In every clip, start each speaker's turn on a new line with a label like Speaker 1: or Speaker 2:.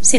Speaker 1: Si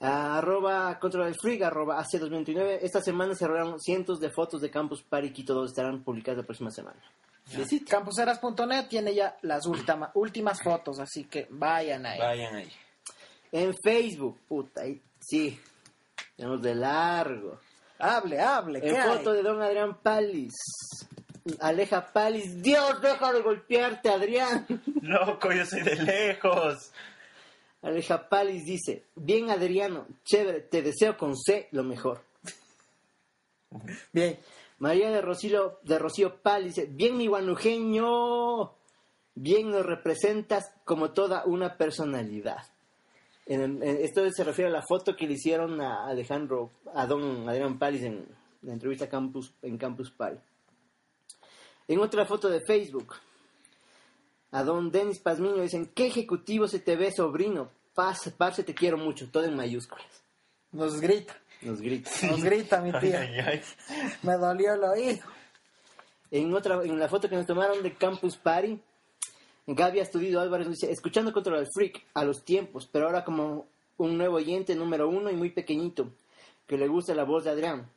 Speaker 2: ah, arroba control del freak arroba AC229. Esta semana se rodaron cientos de fotos de Campus Party Quito 2. Estarán publicadas la próxima semana. Besito.
Speaker 3: Campuseras.net tiene ya las última- últimas fotos, así que vayan ahí.
Speaker 4: Vayan ahí.
Speaker 2: En Facebook, puta, ahí sí. Tenemos de largo.
Speaker 3: Hable, hable, ¿qué
Speaker 2: En
Speaker 3: hay?
Speaker 2: foto de don Adrián Palis. Aleja Palis. Dios, deja de golpearte, Adrián.
Speaker 4: Loco, yo soy de lejos.
Speaker 2: Aleja Palis dice, bien Adriano, chévere, te deseo con C lo mejor.
Speaker 3: Bien,
Speaker 2: María de Rocío, de Rocío Pal dice, bien mi guanujeño, bien nos representas como toda una personalidad. En el- en- esto se refiere a la foto que le hicieron a Alejandro, a don Adrián Palis en la entrevista Campus, en Campus Pal. En otra foto de Facebook, a don Denis Pazmiño dicen, ¿qué ejecutivo se te ve, sobrino? Paz, parce, te quiero mucho, todo en mayúsculas.
Speaker 3: nos grita,
Speaker 2: Nos grita.
Speaker 3: nos grita mi
Speaker 4: Ay,
Speaker 3: tía.
Speaker 4: ay, ay.
Speaker 3: Me dolió el oído.
Speaker 2: En otra, en la foto que nos tomaron de Campus Party, Gaby Astudido Álvarez nos dice, escuchando contra el freak a los tiempos, pero ahora como un nuevo oyente número uno y muy pequeñito, que le gusta la voz de Adrián.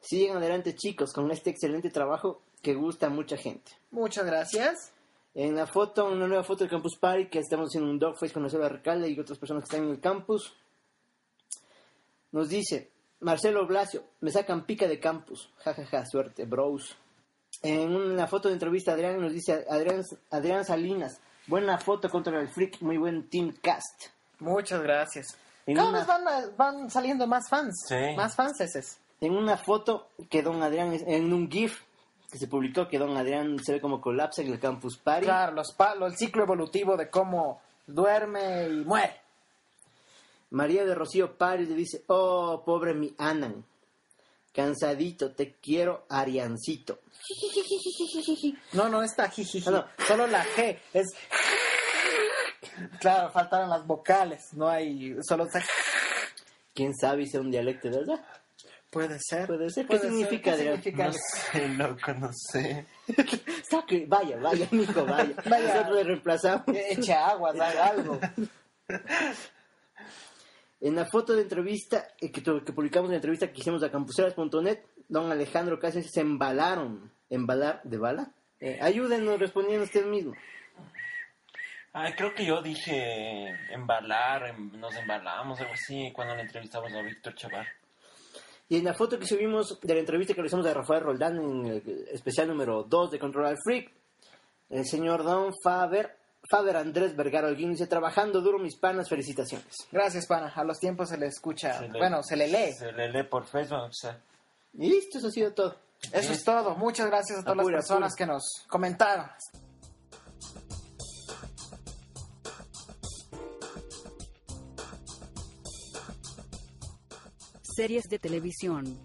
Speaker 2: Sigan adelante chicos con este excelente trabajo que gusta a mucha gente.
Speaker 3: Muchas gracias.
Speaker 2: En la foto, una nueva foto del Campus Party, que estamos haciendo un dogface con Marcelo Recalde y otras personas que están en el campus. Nos dice, Marcelo Blasio, me sacan pica de campus. Ja, ja, ja, suerte, bros. En una foto de entrevista, Adrián nos dice, Adrián, Adrián Salinas, buena foto contra el freak, muy buen team cast.
Speaker 3: Muchas gracias.
Speaker 2: En
Speaker 3: Cada
Speaker 2: una-
Speaker 3: vez van, a- van saliendo más fans,
Speaker 4: Sí.
Speaker 3: más fanses.
Speaker 2: En una foto que Don Adrián, en un GIF que se publicó, que Don Adrián se ve como colapsa en el Campus Party.
Speaker 3: Claro, los palos, el ciclo evolutivo de cómo duerme y muere.
Speaker 2: María de Rocío Párez le dice, oh, pobre mi Anan, cansadito, te quiero, Ariancito.
Speaker 3: No, no está jijiji,
Speaker 2: No, no.
Speaker 3: solo la G es. Claro, faltaron las vocales, no hay, solo se-
Speaker 2: ¿Quién sabe si es un dialecto, verdad?
Speaker 3: Puede ser.
Speaker 2: Puede ser. ¿Qué
Speaker 3: puede
Speaker 2: significa,
Speaker 3: ¿Qué
Speaker 2: Adrián?
Speaker 3: significa?
Speaker 4: No sé, loco, no sé.
Speaker 2: Está que- Vaya, vaya, mijo, vaya.
Speaker 3: Vaya.
Speaker 2: Nosotros le reemplazamos.
Speaker 3: Echa aguas, haga algo.
Speaker 2: En la foto de entrevista eh, que, tu- que publicamos en la entrevista que hicimos a campuseras.net, don Alejandro Cáceres se embalaron. ¿Embalar de bala? Eh, ayúdenos respondiendo usted mismo.
Speaker 4: Ay, creo que yo dije embalar, em- nos embalamos, algo así, cuando le entrevistamos a Víctor Chavar.
Speaker 2: Y en la foto que subimos de la entrevista que realizamos a Rafael Roldán en el especial número 2 de Control al Freak, el señor Don Faber, Faber Andrés Vergara Alguín dice, trabajando duro mis panas, felicitaciones.
Speaker 3: Gracias, pana. A los tiempos se le escucha.
Speaker 4: Se le-
Speaker 3: bueno, se le lee.
Speaker 4: Se le lee por Facebook, o sea,
Speaker 2: Y listo, eso ha sido todo.
Speaker 3: Eso es todo. Muchas gracias a todas
Speaker 2: Apura,
Speaker 3: las personas
Speaker 2: apura.
Speaker 3: que nos comentaron.
Speaker 5: Series de televisión.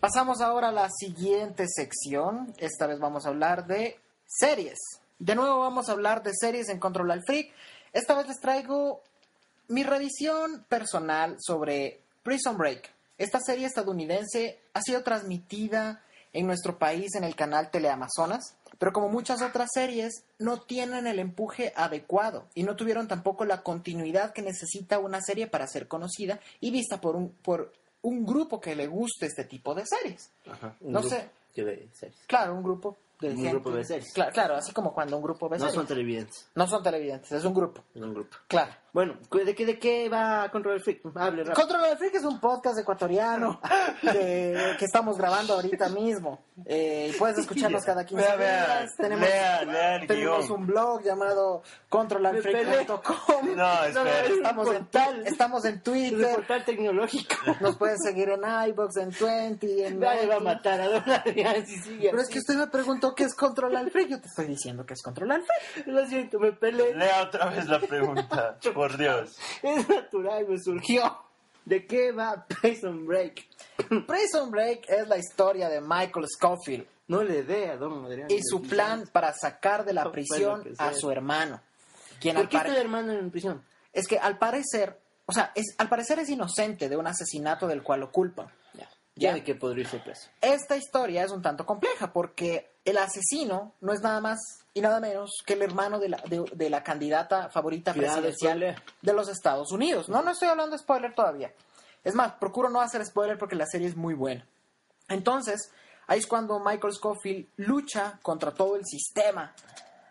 Speaker 3: Pasamos ahora a la siguiente sección. Esta vez vamos a hablar de Series. De nuevo vamos a hablar de series en Control al Freak. Esta vez les traigo mi revisión personal sobre Prison Break. Esta serie estadounidense ha sido transmitida en nuestro país en el canal Teleamazonas, pero como muchas otras series, no tienen el empuje adecuado y no tuvieron tampoco la continuidad que necesita una serie para ser conocida y vista por un, por un grupo que le guste este tipo de series.
Speaker 2: Ajá,
Speaker 3: No sé.
Speaker 2: que ve series.
Speaker 3: Claro, un grupo de
Speaker 2: Un
Speaker 3: gente-
Speaker 2: grupo de series.
Speaker 3: Claro, claro, así como cuando un grupo ve
Speaker 2: No
Speaker 3: series.
Speaker 2: son televidentes,
Speaker 3: no son televidentes, es un grupo.
Speaker 2: es un grupo.
Speaker 3: Claro.
Speaker 2: Bueno, ¿cu- ¿de qué, de qué va Control el Freak? Hable rápido.
Speaker 3: Control del Freak es un podcast ecuatoriano que, que estamos grabando ahorita mismo. Eh, y puedes escucharnos cada 15
Speaker 4: Vea,
Speaker 3: días.
Speaker 4: vea,
Speaker 3: tenemos
Speaker 4: lea, lea el
Speaker 3: tenemos
Speaker 4: guión.
Speaker 3: un blog llamado controlalfreak.com.
Speaker 4: No, espera.
Speaker 3: estamos, en,
Speaker 2: Portal.
Speaker 3: estamos en
Speaker 2: El
Speaker 3: Twitter.
Speaker 2: portal tecnológico.
Speaker 3: Nos pueden seguir en iBox, en 20, en
Speaker 2: Nadie va a
Speaker 3: Nike.
Speaker 2: matar a Don Adrián si sigue
Speaker 3: Pero es
Speaker 2: así.
Speaker 3: que usted me preguntó qué es Control al Freak. Yo te estoy diciendo que es Control al Freak.
Speaker 2: Lo siento, me peleé.
Speaker 4: Lea otra vez la pregunta, por Dios.
Speaker 2: Es natural, me surgió. ¿De qué va Prison Break?
Speaker 3: Prison Break es la historia de Michael Scofield
Speaker 2: No le dé a Don Adrián.
Speaker 3: y su plan para sacar de la
Speaker 2: Bueno,
Speaker 3: prisión
Speaker 2: que sea.
Speaker 3: a su hermano. Quien
Speaker 2: ¿Por
Speaker 3: al
Speaker 2: qué está
Speaker 3: pare-
Speaker 2: el hermano en prisión?
Speaker 3: Es que al parecer, o sea, es, al parecer es inocente de un asesinato del cual lo culpan.
Speaker 2: Ya,
Speaker 3: Ya.
Speaker 2: ya de que podría irse preso.
Speaker 3: Esta historia es un tanto compleja porque el asesino no es nada más y nada menos que el hermano de la, de, de la candidata favorita
Speaker 2: Cuidado,
Speaker 3: presidencial
Speaker 2: spoiler.
Speaker 3: de los Estados Unidos. No, no estoy hablando de spoiler todavía. Es más, procuro no hacer spoiler porque la serie es muy buena. Entonces, ahí es cuando Michael Scofield lucha contra todo el sistema.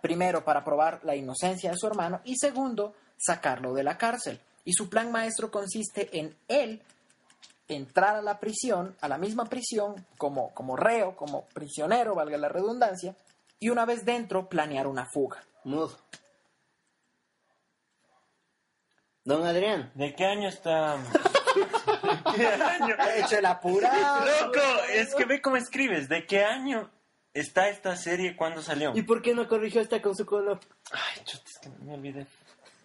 Speaker 3: Primero, para probar la inocencia de su hermano y segundo, sacarlo de la cárcel. Y su plan maestro consiste en él entrar a la prisión, a la misma prisión, como, como reo, como prisionero, valga la redundancia, y una vez dentro planear una fuga.
Speaker 2: Mudo. Don Adrián.
Speaker 4: ¿De qué año está? ¿De qué año?
Speaker 3: Hecho el apurado.
Speaker 4: Loco, es que ve cómo escribes. ¿De qué año está esta serie? ¿Cuándo salió?
Speaker 2: ¿Y por qué no corrigió esta con su color?
Speaker 4: Ay, chuta, es que me olvidé.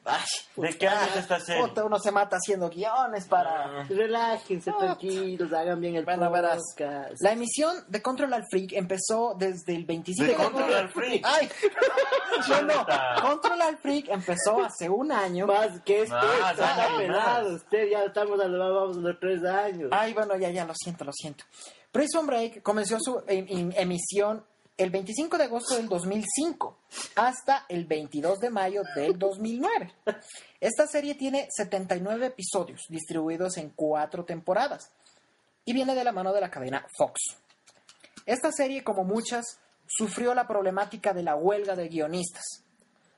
Speaker 3: Ay,
Speaker 4: ¿De qué año es esta serie?
Speaker 3: puta, uno se mata haciendo guiones para...
Speaker 4: Ah.
Speaker 2: Relájense,
Speaker 3: Ah.
Speaker 2: tranquilos, hagan bien el
Speaker 3: Bueno, verás.
Speaker 2: podcast.
Speaker 3: La emisión de Control al Freak empezó desde el 25
Speaker 4: De Control al Freak.
Speaker 3: ¡Ay! No, no.
Speaker 4: Chuta.
Speaker 3: Control al Freak empezó hace un año.
Speaker 2: Más que esto,
Speaker 4: Más,
Speaker 2: está
Speaker 4: más.
Speaker 2: pelado usted, ya estamos a los, vamos a los tres años.
Speaker 3: Ay, bueno, ya, ya, lo siento, lo siento. Prison Break comenzó su em- em- emisión el 25 de agosto del 2005 hasta el 22 de mayo del 2009. Esta serie tiene 79 episodios distribuidos en cuatro temporadas y viene de la mano de la cadena Fox. Esta serie, como muchas, sufrió la problemática de la huelga de guionistas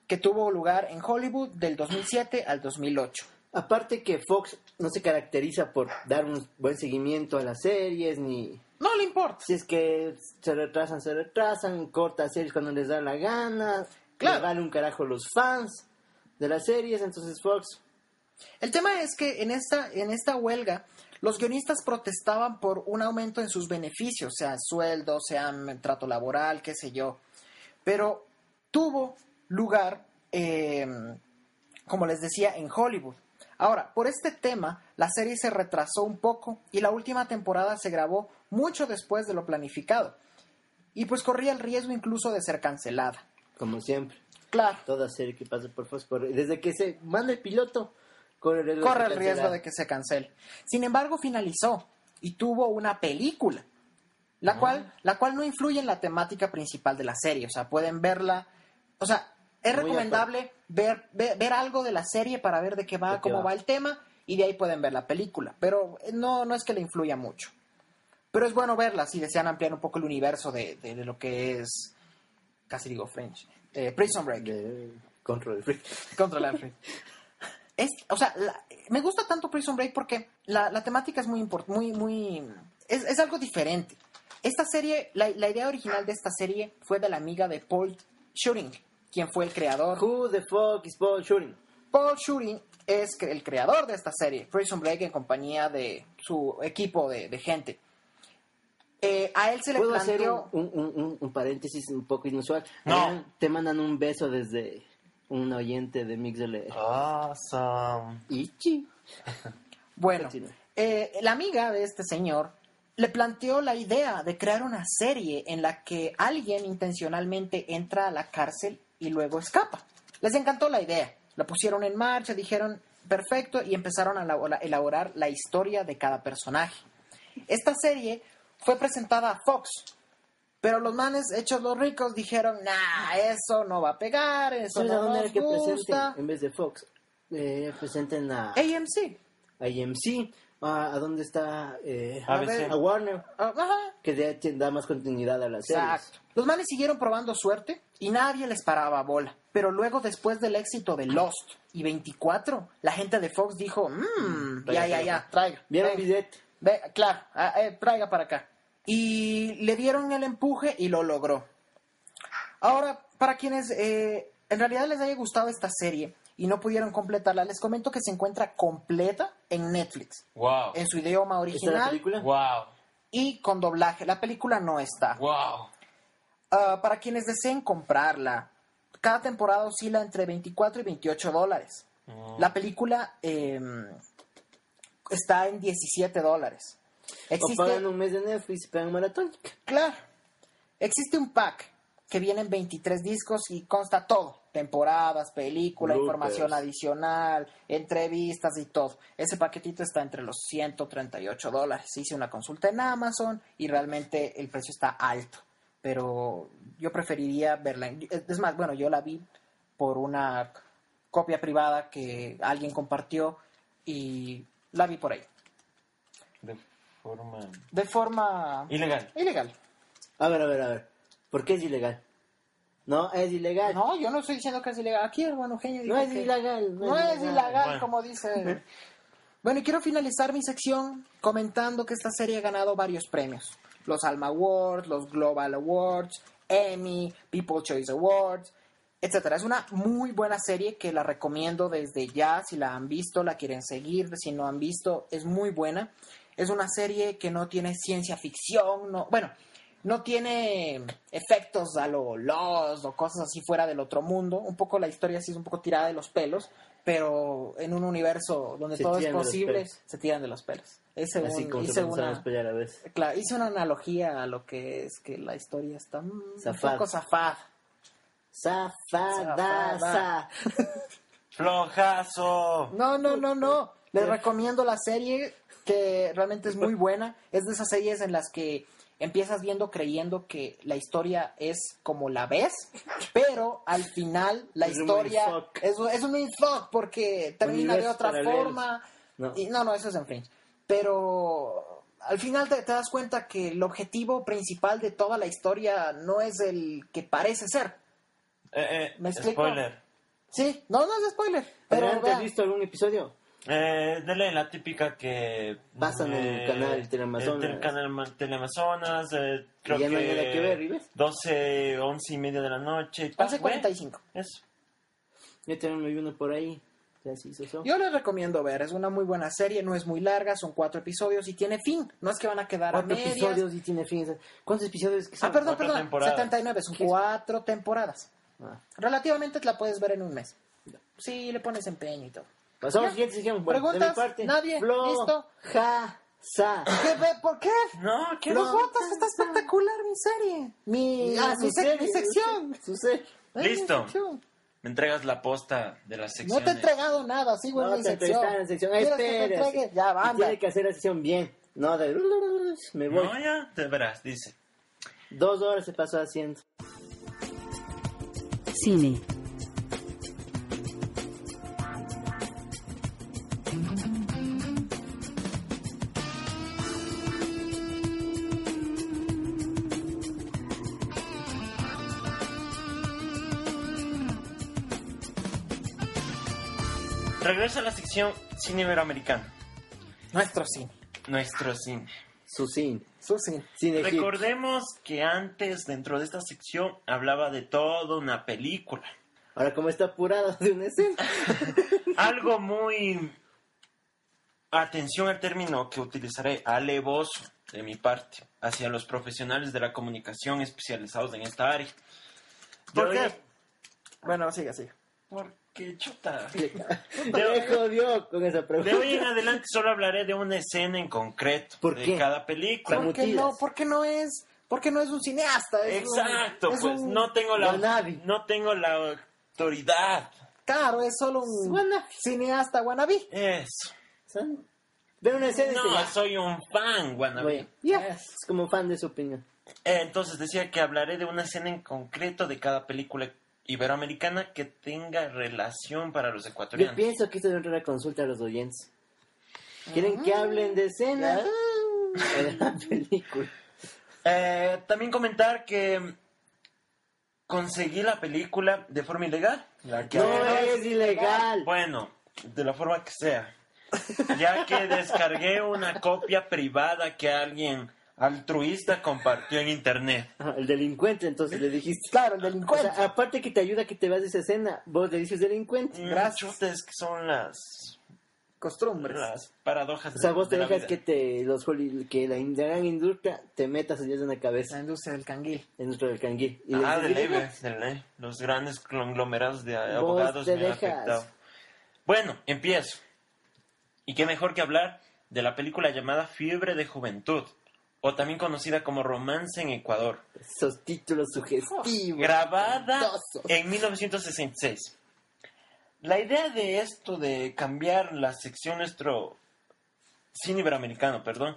Speaker 3: que tuvo lugar en Hollywood del 2007 al 2008.
Speaker 2: Aparte que Fox no se caracteriza por dar un buen seguimiento a las series, ni
Speaker 3: No le importa.
Speaker 2: si es que se retrasan, se retrasan, corta series cuando les da la gana,
Speaker 3: Claro.
Speaker 2: le vale un carajo los fans de las series, entonces Fox,
Speaker 3: El tema es que en esta, en esta huelga los guionistas protestaban por un aumento en sus beneficios, sea sueldo, sea mm, trato laboral, qué sé yo. Pero tuvo lugar, eh, como les decía, en Hollywood. Ahora, por este tema, la serie se retrasó un poco y la última temporada se grabó mucho después de lo planificado. Y pues corría el riesgo incluso de ser cancelada.
Speaker 2: como siempre,
Speaker 3: Claro.
Speaker 2: toda serie que pasa por Fox, corre- desde que se manda el piloto, corre el riesgo,
Speaker 3: corre
Speaker 2: de
Speaker 3: el riesgo
Speaker 2: cancelar.
Speaker 3: de que se cancele. Sin embargo, finalizó y tuvo una película, la,
Speaker 2: Ah.
Speaker 3: cual, la cual no influye en la temática principal de la serie. O sea, pueden verla. O sea, es
Speaker 2: Muy
Speaker 3: recomendable ver, ver, ver algo de la serie para ver de qué va,
Speaker 2: De qué
Speaker 3: cómo
Speaker 2: va.
Speaker 3: va el tema, y de ahí pueden ver la película. Pero eh, no, no es que le influya mucho. Pero es bueno verla si desean ampliar un poco el universo de, de- de lo que es, casi digo French, eh, Prison Break.
Speaker 2: de Control Freak.
Speaker 3: Control Alfred. Es, o sea, la- me gusta tanto Prison Break porque la, la temática es muy importante, muy, muy... Es, es algo diferente. Esta serie, la, la idea original de esta serie fue de la amiga de Paul Turing, quien fue el creador.
Speaker 2: Who the fuck is Paul Shooting?
Speaker 3: Paul Turing es cre- el creador de esta serie, Prison Break, en compañía de su equipo de, de gente. Eh, a él se le
Speaker 2: ¿Puedo hacer
Speaker 3: planteó...
Speaker 2: un, un- un- un- un paréntesis un poco inusual?
Speaker 4: No.
Speaker 2: Adrián, Te mandan un beso desde un oyente de MixLR.
Speaker 3: Ah.
Speaker 4: Awesome.
Speaker 2: Ichi.
Speaker 3: Bueno,
Speaker 2: Continúa.
Speaker 3: eh, la amiga de este señor le planteó la idea de crear una serie en la que alguien intencionalmente entra a la cárcel y luego escapa. Les encantó la idea, la pusieron en marcha, dijeron perfecto y empezaron a elabora- elaborar la historia de cada personaje. Esta serie fue presentada a Fox, pero los manes hechos los ricos dijeron, nah, eso no va a pegar, eso
Speaker 2: ¿Sabes a
Speaker 3: no
Speaker 2: dónde era
Speaker 3: nos
Speaker 2: que
Speaker 3: gusta.
Speaker 2: presenten? En vez de Fox, eh, presenten a,
Speaker 3: AMC.
Speaker 2: a AMC, a, a dónde está eh,
Speaker 4: ABC.
Speaker 2: a Warner,
Speaker 3: Ah, ajá.
Speaker 2: que de- te da más continuidad a la serie.
Speaker 3: Exacto. Los manes siguieron probando suerte y nadie les paraba bola. Pero luego, después del éxito de Lost y 24, la gente de Fox dijo,
Speaker 2: Mm,
Speaker 3: mmm, ya, ya, ya, traiga.
Speaker 2: ¿Vieron
Speaker 3: venga,
Speaker 2: Bidet?
Speaker 3: ve- claro, ah, eh, traiga para acá. Y le dieron el empuje y lo logró. Ahora, para quienes eh, en realidad les haya gustado esta serie y no pudieron completarla, les comento que se encuentra completa en Netflix,
Speaker 4: Wow.
Speaker 3: en su idioma
Speaker 2: ¿Está la
Speaker 3: original
Speaker 2: película?
Speaker 4: Wow.
Speaker 3: y con doblaje. La película no está.
Speaker 4: Wow.
Speaker 3: Ah, para quienes deseen comprarla, cada temporada oscila entre 24 y 28 dólares. La película eh, está en 17 dólares.
Speaker 2: O
Speaker 3: Existe,
Speaker 2: pagan un mes de Netflix y pagan maratónica.
Speaker 3: claro, existe un pack que vienen 23 discos y consta todo. Temporadas, película,
Speaker 2: Bloopers.
Speaker 3: información adicional, entrevistas y todo. Ese paquetito está entre los 138 dólares. Hice una consulta en Amazon y realmente el precio está alto. Pero yo preferiría verla. en- Es más, bueno, yo la vi por una copia privada que alguien compartió y la vi por ahí.
Speaker 4: De forma
Speaker 3: De forma
Speaker 4: ilegal.
Speaker 3: ilegal.
Speaker 2: A ver, a ver, a ver. ¿Por qué es ilegal? No, es ilegal.
Speaker 3: No, yo no estoy diciendo que es ilegal. Aquí el buen Eugenio dijo
Speaker 2: No es
Speaker 3: que-
Speaker 2: ilegal.
Speaker 3: No es ilegal,
Speaker 4: Bueno.
Speaker 3: como dice. Bueno, y quiero finalizar mi sección comentando que esta serie ha ganado varios premios. Los Alma Awards, los Global Awards, Emmy, People's Choice Awards, etcétera. Es una muy buena serie que la recomiendo desde ya. Si la han visto, la quieren seguir. Si no han visto, es muy buena. Es una serie que no tiene ciencia ficción, no, bueno, no tiene efectos a lo Lost o cosas así fuera del otro mundo. Un poco la historia sí es un poco tirada de los pelos, pero en un universo donde
Speaker 2: Se
Speaker 3: todo es
Speaker 2: tiran de los
Speaker 3: posible,
Speaker 2: pelos.
Speaker 3: se tiran de los pelos. Ese
Speaker 2: Así como se
Speaker 3: hice,
Speaker 2: comenzaron a
Speaker 3: una,
Speaker 2: pelear a veces.
Speaker 3: claro, hice una analogía a lo que es que la historia está mm,
Speaker 2: Zafada.
Speaker 3: un poco zafada.
Speaker 2: Zafadaza.
Speaker 4: Flojazo.
Speaker 3: No, no, no, no. Les recomiendo la serie que realmente es muy buena. Es de esas series en las que empiezas viendo creyendo que la historia es como la ves, pero al final la
Speaker 2: Es un
Speaker 3: historia
Speaker 2: mindfuck.
Speaker 3: es, es un mindfuck porque termina de
Speaker 2: Universos
Speaker 3: otra
Speaker 2: paralelos.
Speaker 3: forma.
Speaker 2: No.
Speaker 3: Y, no, no, eso es en Fringe. Pero al final te, te das cuenta que el objetivo principal de toda la historia no es el que parece ser.
Speaker 4: Eh, eh,
Speaker 3: ¿Me explico?
Speaker 4: spoiler.
Speaker 3: Sí, no, no es spoiler.
Speaker 2: ¿Pero
Speaker 3: Pero
Speaker 2: antes
Speaker 3: vean.
Speaker 2: has visto algún episodio?
Speaker 4: Eh, dele la típica que... eh,
Speaker 2: Pasan en el canal Teleamazonas.
Speaker 4: El tel- canal Ma- Teleamazonas. eh, creo
Speaker 2: ya
Speaker 4: que...
Speaker 2: no hay nada que ver, ¿y ves?
Speaker 4: 12, 11 y media de la noche. y pa,
Speaker 3: 11.45.
Speaker 4: güey, Eso.
Speaker 2: Yo también me vi uno por ahí. Ya se hizo eso.
Speaker 3: Yo les recomiendo ver, es una muy buena serie, no es muy larga, son cuatro episodios y tiene fin. No es que van a quedar a
Speaker 2: Cuatro
Speaker 3: medias.
Speaker 2: episodios y tiene fines. ¿Cuántos episodios que
Speaker 3: Ah,
Speaker 2: son?
Speaker 3: perdón,
Speaker 4: Cuatro
Speaker 3: perdón,
Speaker 4: temporadas.
Speaker 3: 79, son cuatro temporadas.
Speaker 2: Ah.
Speaker 3: Relativamente te la puedes ver en un mes. Sí, le pones empeño y todo.
Speaker 2: Pasamos
Speaker 3: Ya.
Speaker 2: al siguiente sección. Bueno, de mi
Speaker 3: ¿Preguntas?
Speaker 2: parte.
Speaker 3: Nadie.
Speaker 2: Flo-
Speaker 3: ¿Listo? Ah,
Speaker 2: Ja. Sa.
Speaker 3: ¿Qué, ve? ¿Por qué?
Speaker 4: No, ¿qué
Speaker 3: Los
Speaker 4: no?
Speaker 3: votos, está espectacular mi serie. Mi, ah, mi,
Speaker 2: su
Speaker 3: sec-
Speaker 2: serie,
Speaker 3: mi sección.
Speaker 2: Su serie.
Speaker 3: Ay, mi
Speaker 4: Listo.
Speaker 3: sección.
Speaker 4: Me entregas la posta de la
Speaker 3: No
Speaker 4: sección.
Speaker 3: te he entregado nada, sigo en
Speaker 2: No
Speaker 3: mi
Speaker 2: te
Speaker 3: sección.
Speaker 2: entrevistaron en sección.
Speaker 3: ¿Quieres que te
Speaker 2: Espera.
Speaker 3: entregue? Ya, banda.
Speaker 2: Tiene que hacer la sección bien. No, de. Me voy.
Speaker 4: No, eh. ya te verás, dice.
Speaker 2: Dos horas se pasó haciendo.
Speaker 5: Cine.
Speaker 4: Regresa a la sección cine iberoamericano.
Speaker 3: Nuestro cine.
Speaker 4: Nuestro cine.
Speaker 2: Su cine.
Speaker 3: Su cine.
Speaker 2: Cine hit.
Speaker 4: Recordemos que antes, dentro de esta sección, hablaba de toda una película.
Speaker 2: Ahora, como está apurado de una escena.
Speaker 4: Algo muy... Atención al término que utilizaré, alevoso de mi parte, hacia los profesionales de la comunicación especializados en esta área.
Speaker 3: ¿Por
Speaker 4: Yo-
Speaker 3: qué? Bueno, sigue, sigue.
Speaker 4: Porque, chuta.
Speaker 2: Te jodió con esa
Speaker 4: De hoy en
Speaker 2: pregunta.
Speaker 4: adelante solo hablaré de una escena en concreto.
Speaker 2: ¿Por
Speaker 4: de
Speaker 2: qué?
Speaker 4: cada película.
Speaker 2: Como
Speaker 3: ¿Por qué no?
Speaker 2: Mutilas.
Speaker 3: ¿Por qué no es? ¿Por qué no es un cineasta? Es un-
Speaker 4: Exacto,
Speaker 3: es
Speaker 4: pues
Speaker 3: un-
Speaker 4: no tengo la
Speaker 2: Wannabe.
Speaker 4: no tengo la autoridad.
Speaker 3: Claro, es solo un
Speaker 2: Wannabe.
Speaker 3: cineasta wannabe.
Speaker 4: Eso.
Speaker 2: Son- Ve una escena este y se
Speaker 4: No,
Speaker 2: va.
Speaker 4: soy un fan, wannabe.
Speaker 2: Bueno,
Speaker 3: Ya.
Speaker 2: es como fan de su opinión.
Speaker 4: Eh, entonces decía que hablaré de una escena en concreto de cada película iberoamericana que tenga relación para los
Speaker 2: Yo
Speaker 4: ecuatorianos.
Speaker 2: pienso que esto debe entrar a consulta a los oyentes. ¿Quieren
Speaker 3: Ah.
Speaker 2: que hablen de escenas? o de la película.
Speaker 4: Eh, también comentar que conseguí la película de forma ilegal. La que
Speaker 2: No es ilegal.
Speaker 4: Bueno, de la forma que sea. Ya que descargué una copia privada que alguien altruista compartió en internet.
Speaker 2: Ah, El delincuente, entonces le dijiste.
Speaker 3: Claro, el
Speaker 2: O
Speaker 3: delincuente.
Speaker 2: sea, aparte que te ayuda que te vas de esa escena, vos le dices delincuente.
Speaker 3: Mm.
Speaker 4: Gracias. Ustedes que son las,
Speaker 3: costumbres.
Speaker 4: las paradojas
Speaker 2: O
Speaker 4: de,
Speaker 2: sea, vos
Speaker 4: de
Speaker 2: te
Speaker 4: la
Speaker 2: dejas
Speaker 4: vida.
Speaker 2: que te los holi- que la in- la gran industria te metas ellos en la
Speaker 3: La
Speaker 2: cabeza,
Speaker 3: industria del canguil.
Speaker 2: en nuestro del canguil. Y
Speaker 4: Ah, de
Speaker 2: les-
Speaker 4: ley, ve, de ley. Los grandes conglomerados de
Speaker 2: Vos
Speaker 4: abogados
Speaker 2: te
Speaker 4: me han
Speaker 2: dejas.
Speaker 4: afectado. Bueno, empiezo. Y qué mejor que hablar de la película llamada Fiebre de Juventud, o también conocida como Romance en Ecuador.
Speaker 2: Esos títulos
Speaker 3: Oh.
Speaker 2: sugestivos.
Speaker 4: grabada
Speaker 2: Espantosos.
Speaker 4: en 1966. La idea de esto, de cambiar la sección nuestro cine iberoamericano, perdón,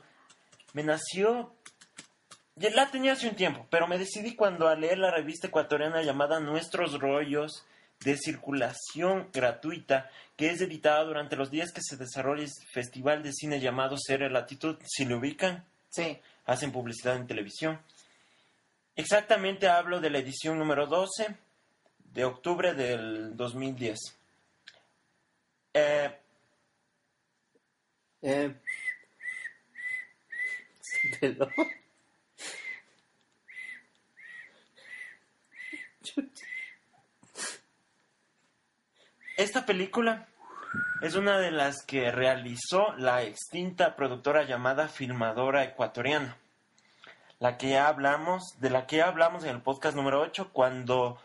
Speaker 4: me nació, ya la tenía hace un tiempo, pero me decidí cuando a leer la revista ecuatoriana llamada Nuestros Rollos de circulación gratuita que es editada durante los días que se desarrolla el festival de cine llamado Cera Latitud, si le ubican
Speaker 3: Sí.
Speaker 4: hacen publicidad en televisión. Exactamente hablo de la edición número 12 de octubre del 2010. Eh,
Speaker 2: Eh. Pelo.
Speaker 4: esta película es una de las que realizó la extinta productora llamada Filmadora Ecuatoriana, la que ya hablamos, de la que ya hablamos en el podcast número 8 cuando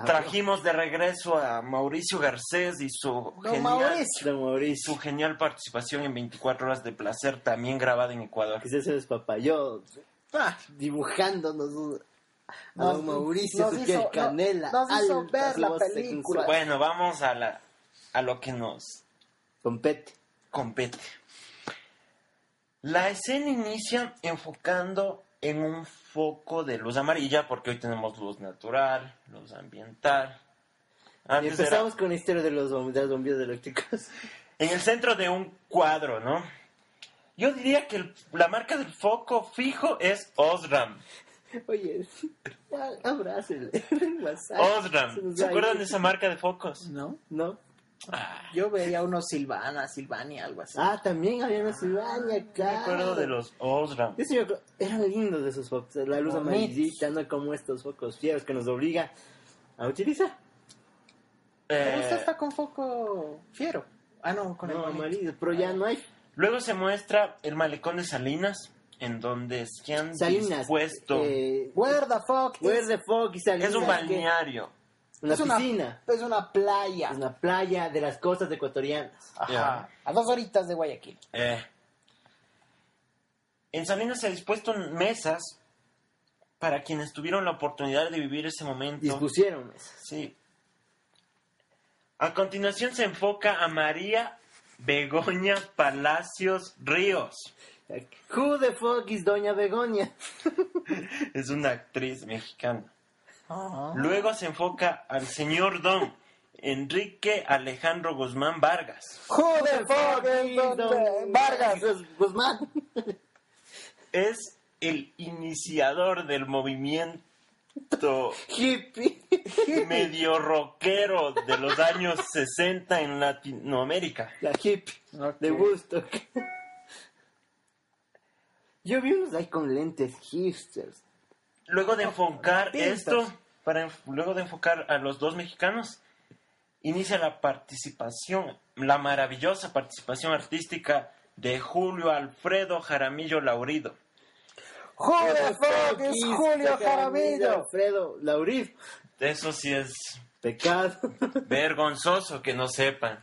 Speaker 3: Ah,
Speaker 4: trajimos de regreso a Mauricio Garcés y su
Speaker 3: Don Mauricio.
Speaker 2: Don Mauricio.
Speaker 4: su genial participación en 24 horas de placer también grabada en Ecuador.
Speaker 2: Que se hace despapayó
Speaker 3: Ah,
Speaker 2: dibujándonos. un- A
Speaker 3: Nos-
Speaker 2: don Mauricio,
Speaker 3: nos
Speaker 2: su
Speaker 3: hizo-
Speaker 2: piel
Speaker 3: no-
Speaker 2: canela.
Speaker 3: nos hizo
Speaker 2: alta,
Speaker 3: ver
Speaker 2: su
Speaker 3: la
Speaker 2: voz
Speaker 3: película.
Speaker 2: sensual.
Speaker 4: Bueno, vamos a la a lo que nos
Speaker 2: Con Pete.
Speaker 4: compete. La escena inicia enfocando en un foco de luz amarilla porque hoy tenemos luz natural, luz ambiental.
Speaker 2: Y
Speaker 4: Antes era
Speaker 2: empezamos con la historia de los bom- de las bombillas eléctricas.
Speaker 4: en el centro de un cuadro, ¿no? Yo diría que el- la marca del foco fijo es Osram.
Speaker 2: Oye, ya, abrácenle. WhatsApp. Se
Speaker 4: Osram.
Speaker 2: nos
Speaker 4: ¿Se
Speaker 2: va a
Speaker 4: acuerdan
Speaker 2: ir.
Speaker 4: de esa marca de focos?
Speaker 3: ¿no?
Speaker 2: No.
Speaker 3: Yo veía unos Silvana, Silvania, algo así.
Speaker 2: Ah, también había una Silvania,
Speaker 4: Me
Speaker 2: claro.
Speaker 4: acuerdo de los Osram.
Speaker 2: Eso yo creo- eran lindos de esos focos, la luz
Speaker 3: Bonitos.
Speaker 2: amarillita, no como estos focos fieros que nos obliga a utilizar.
Speaker 3: Pero
Speaker 4: Eh,
Speaker 3: usted está con foco fiero. Ah, no, con
Speaker 2: No,
Speaker 3: el bonito. Ah,
Speaker 2: amarillo, pero ya no hay.
Speaker 4: Luego se muestra el malecón de Salinas, en donde se han
Speaker 2: Salinas.
Speaker 4: dispuesto.
Speaker 2: eh,
Speaker 3: Where the fuck is-
Speaker 2: where the fuck is Salinas?
Speaker 4: es un
Speaker 2: ¿Qué?
Speaker 4: balneario.
Speaker 2: Una
Speaker 3: es una
Speaker 2: piscina.
Speaker 3: Es una playa.
Speaker 2: Es una playa de las costas ecuatorianas.
Speaker 3: Ajá.
Speaker 4: Ya.
Speaker 3: A dos horitas de Guayaquil.
Speaker 4: Eh. En Salinas se han dispuesto mesas para quienes tuvieron la oportunidad de vivir ese momento.
Speaker 2: Dispusieron pues. esas.
Speaker 4: Sí. A continuación se enfoca a María Begoña Palacios Ríos.
Speaker 2: Like, Who the fuck is Doña Begoña?
Speaker 4: Es una actriz mexicana.
Speaker 3: Ajá.
Speaker 4: Luego se enfoca al señor Don Enrique Alejandro Guzmán Vargas.
Speaker 3: Who the fuck is
Speaker 2: Don-
Speaker 3: Don- Vargas?
Speaker 2: Guzmán.
Speaker 4: Es el iniciador del movimiento
Speaker 2: Hippie.
Speaker 4: medio rockero de los años 60 en Latinoamérica.
Speaker 2: La hippie.
Speaker 3: Ok.
Speaker 2: De gusto. Yo vi unos ahí con lentes hipsters.
Speaker 4: Luego de enfocar
Speaker 3: pintas.
Speaker 4: esto, para enf- luego de enfocar a los dos mexicanos, inicia la participación, la maravillosa participación artística de Julio Alfredo Jaramillo Laurido.
Speaker 3: Who the fuck is
Speaker 2: Quispe,
Speaker 3: Julio
Speaker 2: Jaramillo,
Speaker 3: Jaramillo?
Speaker 2: Alfredo, Lauriz.
Speaker 4: Eso sí es
Speaker 2: Pecado.
Speaker 4: Vergonzoso que no sepan.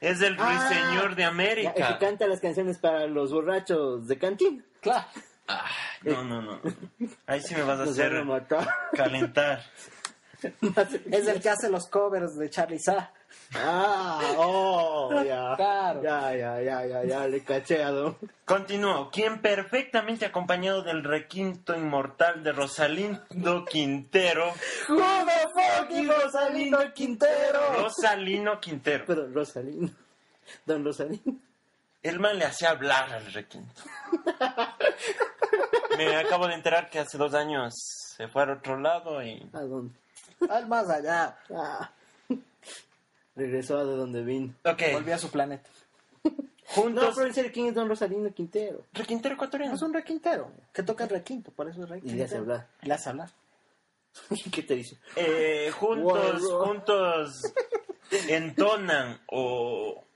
Speaker 4: Es el
Speaker 2: Ah.
Speaker 4: Ruiseñor de
Speaker 2: Ya, El
Speaker 4: América.
Speaker 2: que canta las canciones para los borrachos de cantina.
Speaker 3: Claro.
Speaker 4: Ah, no, no, no. Ahí sí me vas a
Speaker 2: Nos
Speaker 4: hacer
Speaker 2: van a matar.
Speaker 4: calentar.
Speaker 3: Es el que hace los covers de Charlie Sa.
Speaker 2: Ah, oh, ya.
Speaker 3: Claro.
Speaker 2: Ya, ya, ya, ya, ya, le caché a Don.
Speaker 4: Continúo. Quien perfectamente acompañado del requinto inmortal de Rosalindo Quintero.
Speaker 2: Motherfucking Rosalino Quintero.
Speaker 4: Rosalino Quintero.
Speaker 2: Perdón, Rosalino. Don Rosalino.
Speaker 4: El man le hacía hablar al requinto. Me acabo de enterar que hace dos años se fue al otro lado y
Speaker 2: ¿A dónde?
Speaker 3: Al más allá.
Speaker 2: Ah. Regresó a de donde vino.
Speaker 4: Ok,
Speaker 3: Volvió a su planeta.
Speaker 2: No,
Speaker 4: juntos.
Speaker 2: pero en serio, ¿quién es Don Rosalino Quintero?
Speaker 4: Requintero ecuatoriano.
Speaker 3: Es un requintero. Que toca el requinto, por eso es requintero.
Speaker 2: Y le hace hablar.
Speaker 3: Y le hace hablar.
Speaker 2: ¿Qué te dice?
Speaker 4: Eh, juntos,
Speaker 2: Wow.
Speaker 4: juntos entonan o
Speaker 2: O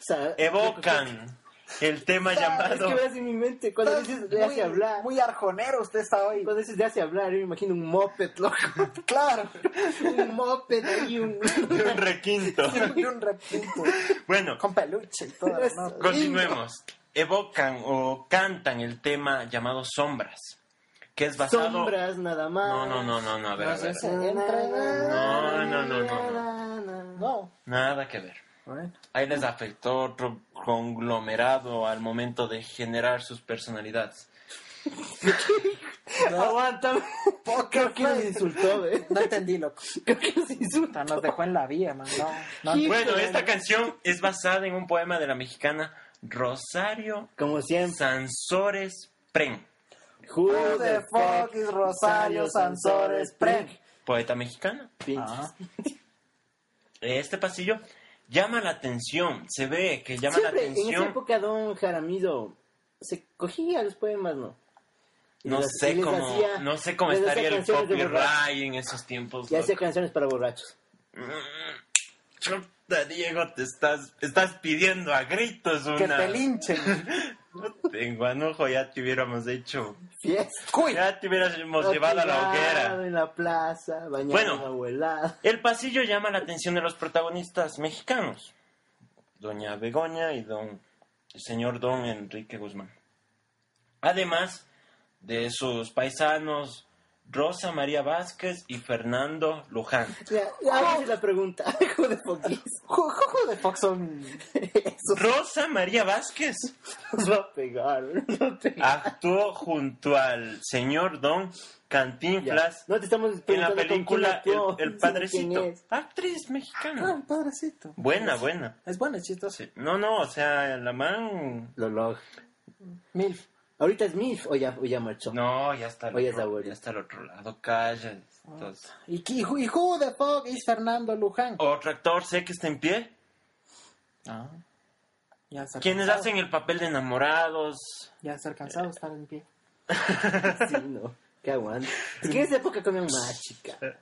Speaker 2: sea,
Speaker 4: evocan el tema
Speaker 2: Es que
Speaker 4: llamado.
Speaker 2: verás en mi mente cuando dices le hace
Speaker 3: muy,
Speaker 2: hablar. Pues,
Speaker 3: muy arjonero usted está hoy.
Speaker 2: Cuando dices le hace hablar, yo me imagino un moped, loco.
Speaker 3: Claro.
Speaker 2: un moped y un.
Speaker 4: de un requinto.
Speaker 3: Y un requinto.
Speaker 4: Bueno,
Speaker 3: Con peluche y todo.
Speaker 2: Es-
Speaker 3: ¿no?
Speaker 4: continuemos. Evocan o cantan el tema llamado Sombras, que es basado.
Speaker 2: Sombras nada más.
Speaker 4: No, no, no, no, no, a ver, a
Speaker 3: es
Speaker 4: ver.
Speaker 3: ese. No,
Speaker 4: no, no,
Speaker 3: No.
Speaker 4: Nada que ver.
Speaker 3: Bueno.
Speaker 4: Ahí les afectó otro conglomerado al momento de generar sus personalidades.
Speaker 2: Aguántame. Creo que nos insultó, eh.
Speaker 3: No entendí, loco.
Speaker 2: Creo que nos insultó.
Speaker 3: Puta, Nos dejó en la vía, man. No, no.
Speaker 4: Bueno, esta canción es basada en un poema de la mexicana Rosario
Speaker 2: Como siempre.
Speaker 4: Sansores Pren,
Speaker 2: Who
Speaker 3: Who the fuck is Rosario Sansores Pren?
Speaker 4: poeta mexicana.
Speaker 2: Pinches.
Speaker 3: Ah.
Speaker 4: Este pasillo llama la atención, se ve que llama la
Speaker 2: Siempre, en esa
Speaker 4: atención.
Speaker 2: época Don Jaramillo se cogía los poemas, ¿no? Y
Speaker 4: No
Speaker 2: les- y
Speaker 4: sé
Speaker 2: les
Speaker 4: cómo,
Speaker 2: hacía-
Speaker 4: no sé cómo
Speaker 2: les hacía
Speaker 4: estaría el
Speaker 2: canciones de borrachos.
Speaker 4: copyright en esos tiempos.
Speaker 2: Y hacía
Speaker 4: loco.
Speaker 2: canciones para borrachos.
Speaker 4: Mm, Chuta, Diego, te estás, estás pidiendo a gritos una.
Speaker 3: Que te linchen.
Speaker 4: En Guanojo ya te hubiéramos hecho.
Speaker 2: Fiesta.
Speaker 3: Cuy.
Speaker 4: Ya te hubiéramos llevado a la hoguera.
Speaker 2: En la plaza, bañado
Speaker 4: Bueno.
Speaker 2: en la abuelada.
Speaker 4: El pasillo llama la atención de los protagonistas mexicanos. Doña Begoña y don el señor don Enrique Guzmán. Además de sus paisanos Rosa María Vázquez y Fernando Luján.
Speaker 2: Ya, ya, esa es la pregunta. Hijo de poquís.
Speaker 3: Jojo de Fox son.
Speaker 4: Rosa María Vázquez
Speaker 2: Nos va a pegar. nos va a pegar.
Speaker 4: actuó junto al señor don
Speaker 2: Ya.
Speaker 4: Cantinflas
Speaker 2: No te estamos
Speaker 4: en la
Speaker 2: preguntando con
Speaker 4: película
Speaker 2: quién
Speaker 4: El,
Speaker 2: actuó,
Speaker 4: El
Speaker 2: sino
Speaker 4: Padrecito.
Speaker 2: quién es.
Speaker 4: Actriz mexicana.
Speaker 3: Ah, padrecito.
Speaker 4: Buena, buena.
Speaker 3: Es bueno, es chistoso.
Speaker 4: Sí. No, no, o sea, la man...
Speaker 2: Lo log.
Speaker 3: Milf.
Speaker 2: Ahorita es MIF o ya, o ya marchó.
Speaker 4: No, ya está al
Speaker 2: Oye, esa
Speaker 4: otro,
Speaker 2: abuela.
Speaker 4: ya está al otro lado. Calla. Entonces,
Speaker 3: Y, qui- y, who- y who the fuck is Fernando Luján?
Speaker 4: Otro actor, sé que está en pie.
Speaker 3: Ah. Ya se ha
Speaker 4: Quienes
Speaker 3: cansado.
Speaker 4: hacen el papel de enamorados.
Speaker 3: Ya se ha cansado de estar en pie.
Speaker 2: Sí, no. Qué aguante. Es que en esa época comían más, chica.
Speaker 3: eh.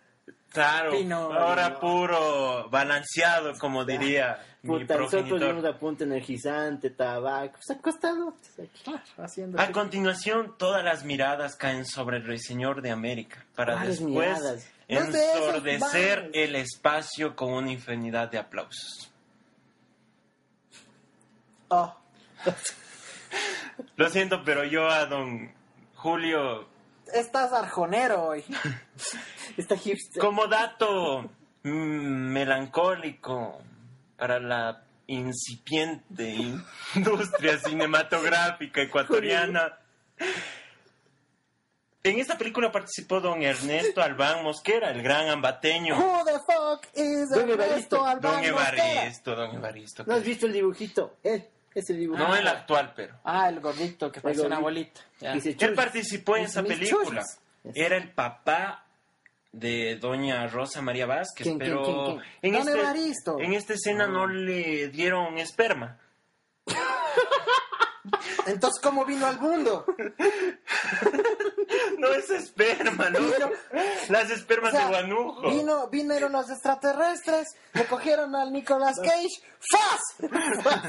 Speaker 4: Claro,
Speaker 3: Pino.
Speaker 2: Pino.
Speaker 4: ahora puto balanceado, como diría mi
Speaker 2: Puta, nosotros dimos
Speaker 4: progenitor.
Speaker 2: apunte energizante, tabaco. Se ha costado.
Speaker 3: Claro, haciendo.
Speaker 4: A continuación, todas las miradas caen sobre el Ruiseñor de América para
Speaker 2: ¿Cuáles
Speaker 4: después
Speaker 2: miradas?
Speaker 3: No es de esos,
Speaker 4: ensordecer
Speaker 3: mames.
Speaker 4: el espacio con una infinidad de aplausos.
Speaker 2: Ah.
Speaker 3: Oh,
Speaker 4: Lo siento, pero yo a don Julio,
Speaker 3: estás arjonero hoy.
Speaker 2: Está hipster.
Speaker 4: como dato mm, melancólico para la incipiente industria cinematográfica ecuatoriana. En esta película participó don Ernesto Albán Mosquera, el gran ambateño.
Speaker 3: Who the fuck is
Speaker 2: Don
Speaker 3: Ernesto
Speaker 2: Evaristo,
Speaker 3: Oh, Albán
Speaker 4: Don
Speaker 3: Mosquera?
Speaker 4: Evaristo, don Evaristo.
Speaker 2: ¿No has visto el dibujito? Él, es el dibujito.
Speaker 4: No el actual, pero.
Speaker 3: Ah, el gordito que parece una
Speaker 2: gordito.
Speaker 3: abuelita. Ya.
Speaker 2: Y se
Speaker 4: Él
Speaker 2: chucha.
Speaker 4: participó en
Speaker 3: Mis-
Speaker 4: esa
Speaker 3: mis
Speaker 4: película.
Speaker 3: chulas.
Speaker 4: Era el papá de doña Rosa María Vázquez,
Speaker 2: ¿Quién, quién,
Speaker 4: pero
Speaker 2: quién, Ah.
Speaker 4: en,
Speaker 3: Don
Speaker 4: este-
Speaker 3: Evaristo.
Speaker 4: en esta escena no le dieron esperma.
Speaker 3: Entonces, ¿cómo vino al mundo?
Speaker 4: No es esperma, ¿no?
Speaker 3: Pero-
Speaker 4: Las
Speaker 3: O
Speaker 4: espermas
Speaker 3: sea,
Speaker 4: de Guanujo.
Speaker 3: vino, vinieron los extraterrestres, recogieron al Nicolas Cage. ¡Faz!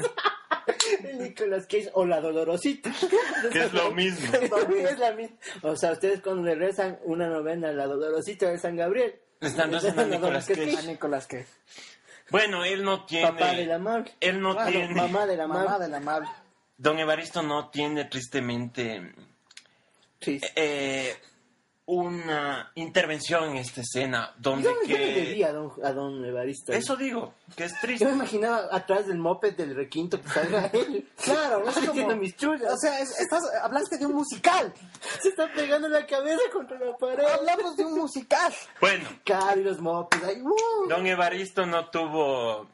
Speaker 2: El Nicolas Cage o la Dolorosita.
Speaker 4: Que es lo mismo.
Speaker 2: Es la misma. O sea, ustedes cuando le rezan una novena a la Dolorosita de San Gabriel,
Speaker 4: Le están rezando a Nicolas
Speaker 3: A
Speaker 4: Cage.
Speaker 3: Nicolas Cage.
Speaker 4: Bueno, él no tiene...
Speaker 2: Papá del amable.
Speaker 4: Él no
Speaker 2: Ah,
Speaker 4: tiene...
Speaker 2: Mamá del amable.
Speaker 3: Mamá del amable.
Speaker 4: Don Evaristo no tiene tristemente
Speaker 2: Sí.
Speaker 4: eh, una intervención en esta escena donde
Speaker 2: Yo me yo le
Speaker 4: que...
Speaker 2: debía a don, a don Evaristo.
Speaker 4: Eso digo, que es
Speaker 2: Yo me
Speaker 4: triste.
Speaker 2: imaginaba atrás del moped del requinto que salga él.
Speaker 3: Claro, es como...
Speaker 2: Haciendo mis chulas.
Speaker 3: O sea, es- estás, hablaste de un musical.
Speaker 2: se está pegando la cabeza contra la pared.
Speaker 3: Hablamos de un musical.
Speaker 4: Bueno,
Speaker 2: Claro, y los mopeds. ahí, ¡uh!
Speaker 4: Don Evaristo no tuvo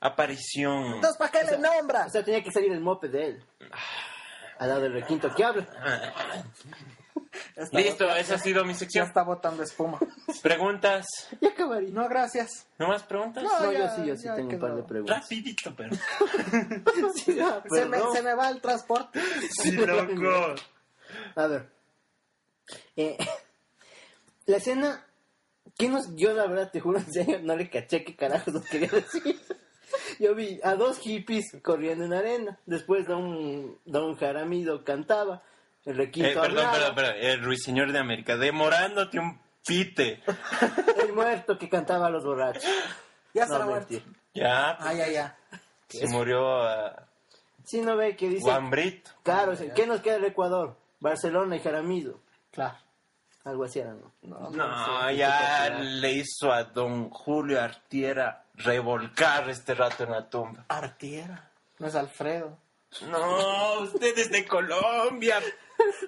Speaker 4: aparición.
Speaker 3: Entonces, ¿para qué le
Speaker 2: O
Speaker 3: nombras?
Speaker 2: sea, tenía que salir el moped de él.
Speaker 3: Ah.
Speaker 2: Al lado del requinto que habla.
Speaker 3: Está
Speaker 4: Listo,
Speaker 3: botando-
Speaker 4: esa ha sido mi
Speaker 3: Ya
Speaker 4: sección.
Speaker 3: está botando espuma.
Speaker 4: Preguntas.
Speaker 2: Ya acabaría.
Speaker 3: No, gracias.
Speaker 4: ¿No más preguntas?
Speaker 3: No,
Speaker 2: No, yo
Speaker 3: ya-
Speaker 2: sí, yo sí
Speaker 3: ya
Speaker 2: tengo un par
Speaker 3: quedó.
Speaker 2: de preguntas.
Speaker 4: Rapidito, pero.
Speaker 2: Sí, ya,
Speaker 3: Se me,
Speaker 2: perdón.
Speaker 3: se me va el transporte.
Speaker 4: Sí, loco.
Speaker 2: A ver. Eh, la escena. ¿Qué nos.? Yo, la verdad, te juro, en serio, no le caché qué carajos nos quería decir. Yo vi a dos hippies corriendo en arena. Después, don, don Jaramido cantaba. El requinto.
Speaker 4: Eh, perdón,
Speaker 2: hablaba.
Speaker 4: perdón, perdón. El ruiseñor de América, demorándote un pite.
Speaker 2: El muerto que cantaba a los borrachos.
Speaker 3: Ya
Speaker 2: no,
Speaker 3: estará muerto.
Speaker 2: mentira.
Speaker 4: Ya,
Speaker 3: Ah, ya, ya.
Speaker 4: se murió ah,
Speaker 2: Sí, no ve que dice.
Speaker 4: Guambrito.
Speaker 2: Claro, o sea, ¿qué nos queda del Ecuador? Barcelona y Jaramido.
Speaker 3: Claro.
Speaker 2: Algo así era, ¿no?
Speaker 4: No, ya le hizo a don Julio Artiera revolcar este rato en la tumba.
Speaker 3: Artiera. No es Alfredo.
Speaker 4: No, usted es de Colombia,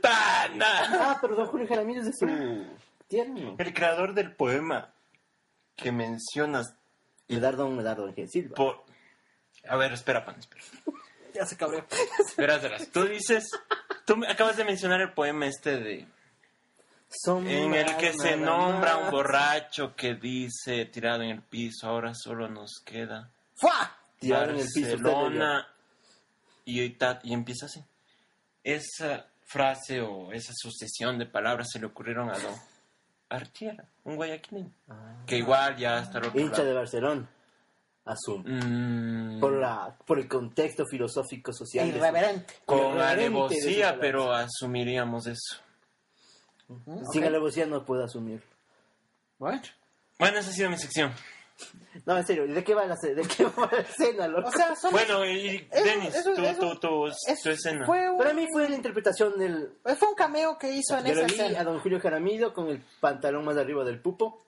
Speaker 4: pana.
Speaker 2: Ah, pero don Julio Jaramillo es de
Speaker 4: Uh.
Speaker 2: su tierno.
Speaker 4: El creador del poema que mencionas
Speaker 2: Medardo, Medardo Ángel Silva.
Speaker 4: por... A ver, espera, pan, espera.
Speaker 3: Ya se cabreó.
Speaker 4: Verás, verás. Tú dices... Tú me acabas de mencionar el poema este de...
Speaker 2: Son
Speaker 4: En el que
Speaker 2: más,
Speaker 4: se
Speaker 2: nada
Speaker 4: nombra un
Speaker 2: más.
Speaker 4: borracho que dice, tirado en el piso, ahora solo nos queda
Speaker 3: ¡Fua!
Speaker 2: Tirado en el piso,
Speaker 4: Barcelona y, hoy ta- y empieza así. Esa frase o esa sucesión de palabras se le ocurrieron a Don Artiera, un guayaquileño, que igual ya hasta lo
Speaker 2: Ah. Hincha de Barcelona. Asumo.
Speaker 4: Mm.
Speaker 2: Por, la, por el contexto filosófico social. de su-
Speaker 3: Irreverente.
Speaker 4: con
Speaker 2: irreverente de sus
Speaker 4: alevosía,
Speaker 2: palabras.
Speaker 4: pero asumiríamos eso.
Speaker 2: Sin
Speaker 3: Ok.
Speaker 2: alevosía no puedo asumir.
Speaker 3: Bueno.
Speaker 4: Bueno, esa ha sido mi sección.
Speaker 2: No, en serio, ¿de qué va la, ce- de qué va la escena, loco?
Speaker 3: O sea, son...
Speaker 4: Bueno, y
Speaker 3: Eso-
Speaker 4: Denis,
Speaker 3: eso-
Speaker 4: tú,
Speaker 3: eso-
Speaker 4: tú, tú,
Speaker 3: es-
Speaker 4: tu escena.
Speaker 3: Fue un,
Speaker 2: Para mí fue la interpretación del,
Speaker 3: fue un cameo que hizo en
Speaker 2: Yo
Speaker 3: esa
Speaker 2: lo vi a
Speaker 3: escena.
Speaker 2: don Julio Jaramillo con el pantalón más arriba del pupo,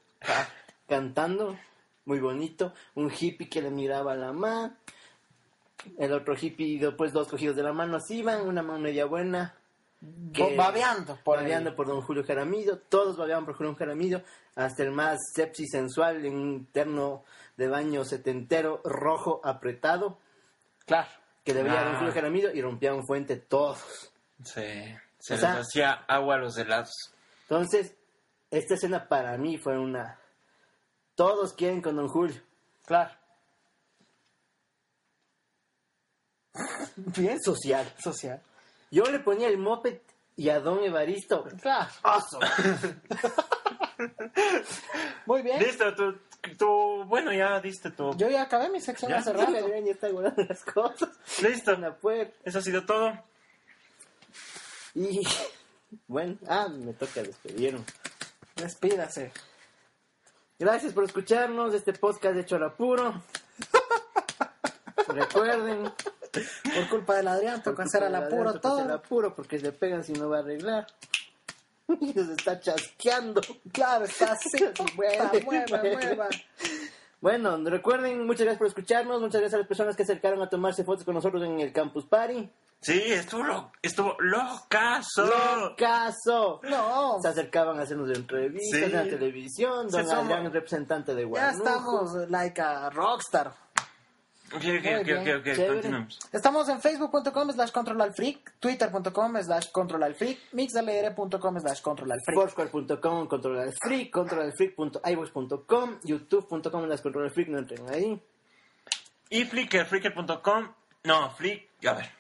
Speaker 2: cantando, muy bonito, un hippie que le miraba la mano, el otro hippie, después dos cogidos de la mano, así iban, una mano media buena.
Speaker 3: Bo- babeando
Speaker 2: por
Speaker 3: por ahí.
Speaker 2: por don Julio Jaramillo, todos babeaban por Julio Jaramillo, hasta el más sepsi sensual en un terno de baño setentero rojo apretado
Speaker 3: Claro.
Speaker 2: que le veía a don
Speaker 4: Ah.
Speaker 2: Julio Jaramillo y rompían fuente todos.
Speaker 4: Se, se
Speaker 2: O
Speaker 4: les
Speaker 2: sea-
Speaker 4: hacía agua a los helados.
Speaker 2: Entonces, esta escena para mí fue una... Todos quieren con Don Julio.
Speaker 3: Claro. Bien so-
Speaker 2: Social.
Speaker 3: social.
Speaker 2: Yo le ponía el moped y a Don Evaristo.
Speaker 3: Claro.
Speaker 2: Awesome.
Speaker 3: Muy bien.
Speaker 4: Listo, tú, tú, bueno, ya diste tu...
Speaker 3: ¿eh? Yo ya acabé mi sección
Speaker 4: Ya.
Speaker 3: hace
Speaker 2: Cerrar,
Speaker 3: rato.
Speaker 2: Adrián ya está guardando las cosas.
Speaker 4: Listo,
Speaker 2: En la puerta.
Speaker 4: eso ha sido todo.
Speaker 2: Y... Bueno, ah, me toca despedirme.
Speaker 3: Despídase.
Speaker 2: Gracias por escucharnos este podcast de Chorapuro. Recuerden,
Speaker 3: Por culpa del Adrián, tocó hacer al apuro
Speaker 2: Toca hacer
Speaker 3: todo.
Speaker 2: apuro porque se pegan si no va a arreglar. Y se está chasqueando.
Speaker 3: Claro, está así. Mueva, mueva, mueva.
Speaker 2: Bueno, recuerden, muchas gracias por escucharnos, muchas gracias a las personas que se acercaron a tomarse fotos con nosotros en el Campus Party.
Speaker 4: Sí, estuvo, lo, estuvo locazo.
Speaker 2: ¡Caso!
Speaker 3: No.
Speaker 2: Se acercaban a hacernos entrevistas
Speaker 4: Sí.
Speaker 2: en la televisión,
Speaker 3: Se
Speaker 2: don
Speaker 3: asoma.
Speaker 2: Adrián, representante de
Speaker 3: Ya
Speaker 2: Guanajuato.
Speaker 3: estamos like a rockstar.
Speaker 4: Ok, ok,
Speaker 3: Muy
Speaker 4: ok,
Speaker 3: bien,
Speaker 4: ok, ok,
Speaker 2: chévere.
Speaker 4: continuamos.
Speaker 3: Estamos en facebook.com slash controlalfreak, twitter.com slash controlalfreak, mixlr.com slash controlalfreak.
Speaker 2: Foursquare.com, Control Freak, controlalfreak.ibox.com, youtube.com, las Control Freak, no entren ahí.
Speaker 4: Y Flickr, flickr.com, no, Flick, a ver.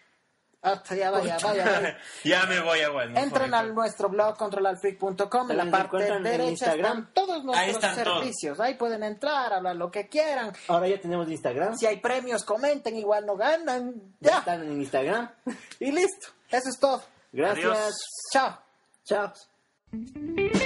Speaker 3: Hasta Ah, ya vaya, vaya. vaya.
Speaker 4: ya me voy a bueno.
Speaker 3: Entren a nuestro blog controlalfreak.com, en la
Speaker 2: También
Speaker 3: parte
Speaker 2: encuentran en
Speaker 3: derecha
Speaker 2: Instagram.
Speaker 3: están todos nuestros
Speaker 4: Ahí están todos.
Speaker 3: servicios. Ahí pueden entrar, hablar lo que quieran.
Speaker 2: Ahora ya tenemos Instagram,
Speaker 3: Si hay premios, comenten, igual no ganan.
Speaker 2: ya
Speaker 3: Ya,
Speaker 2: están en Instagram.
Speaker 3: y listo. Eso es todo.
Speaker 2: Gracias.
Speaker 4: Adiós.
Speaker 3: Chao.
Speaker 2: Chao.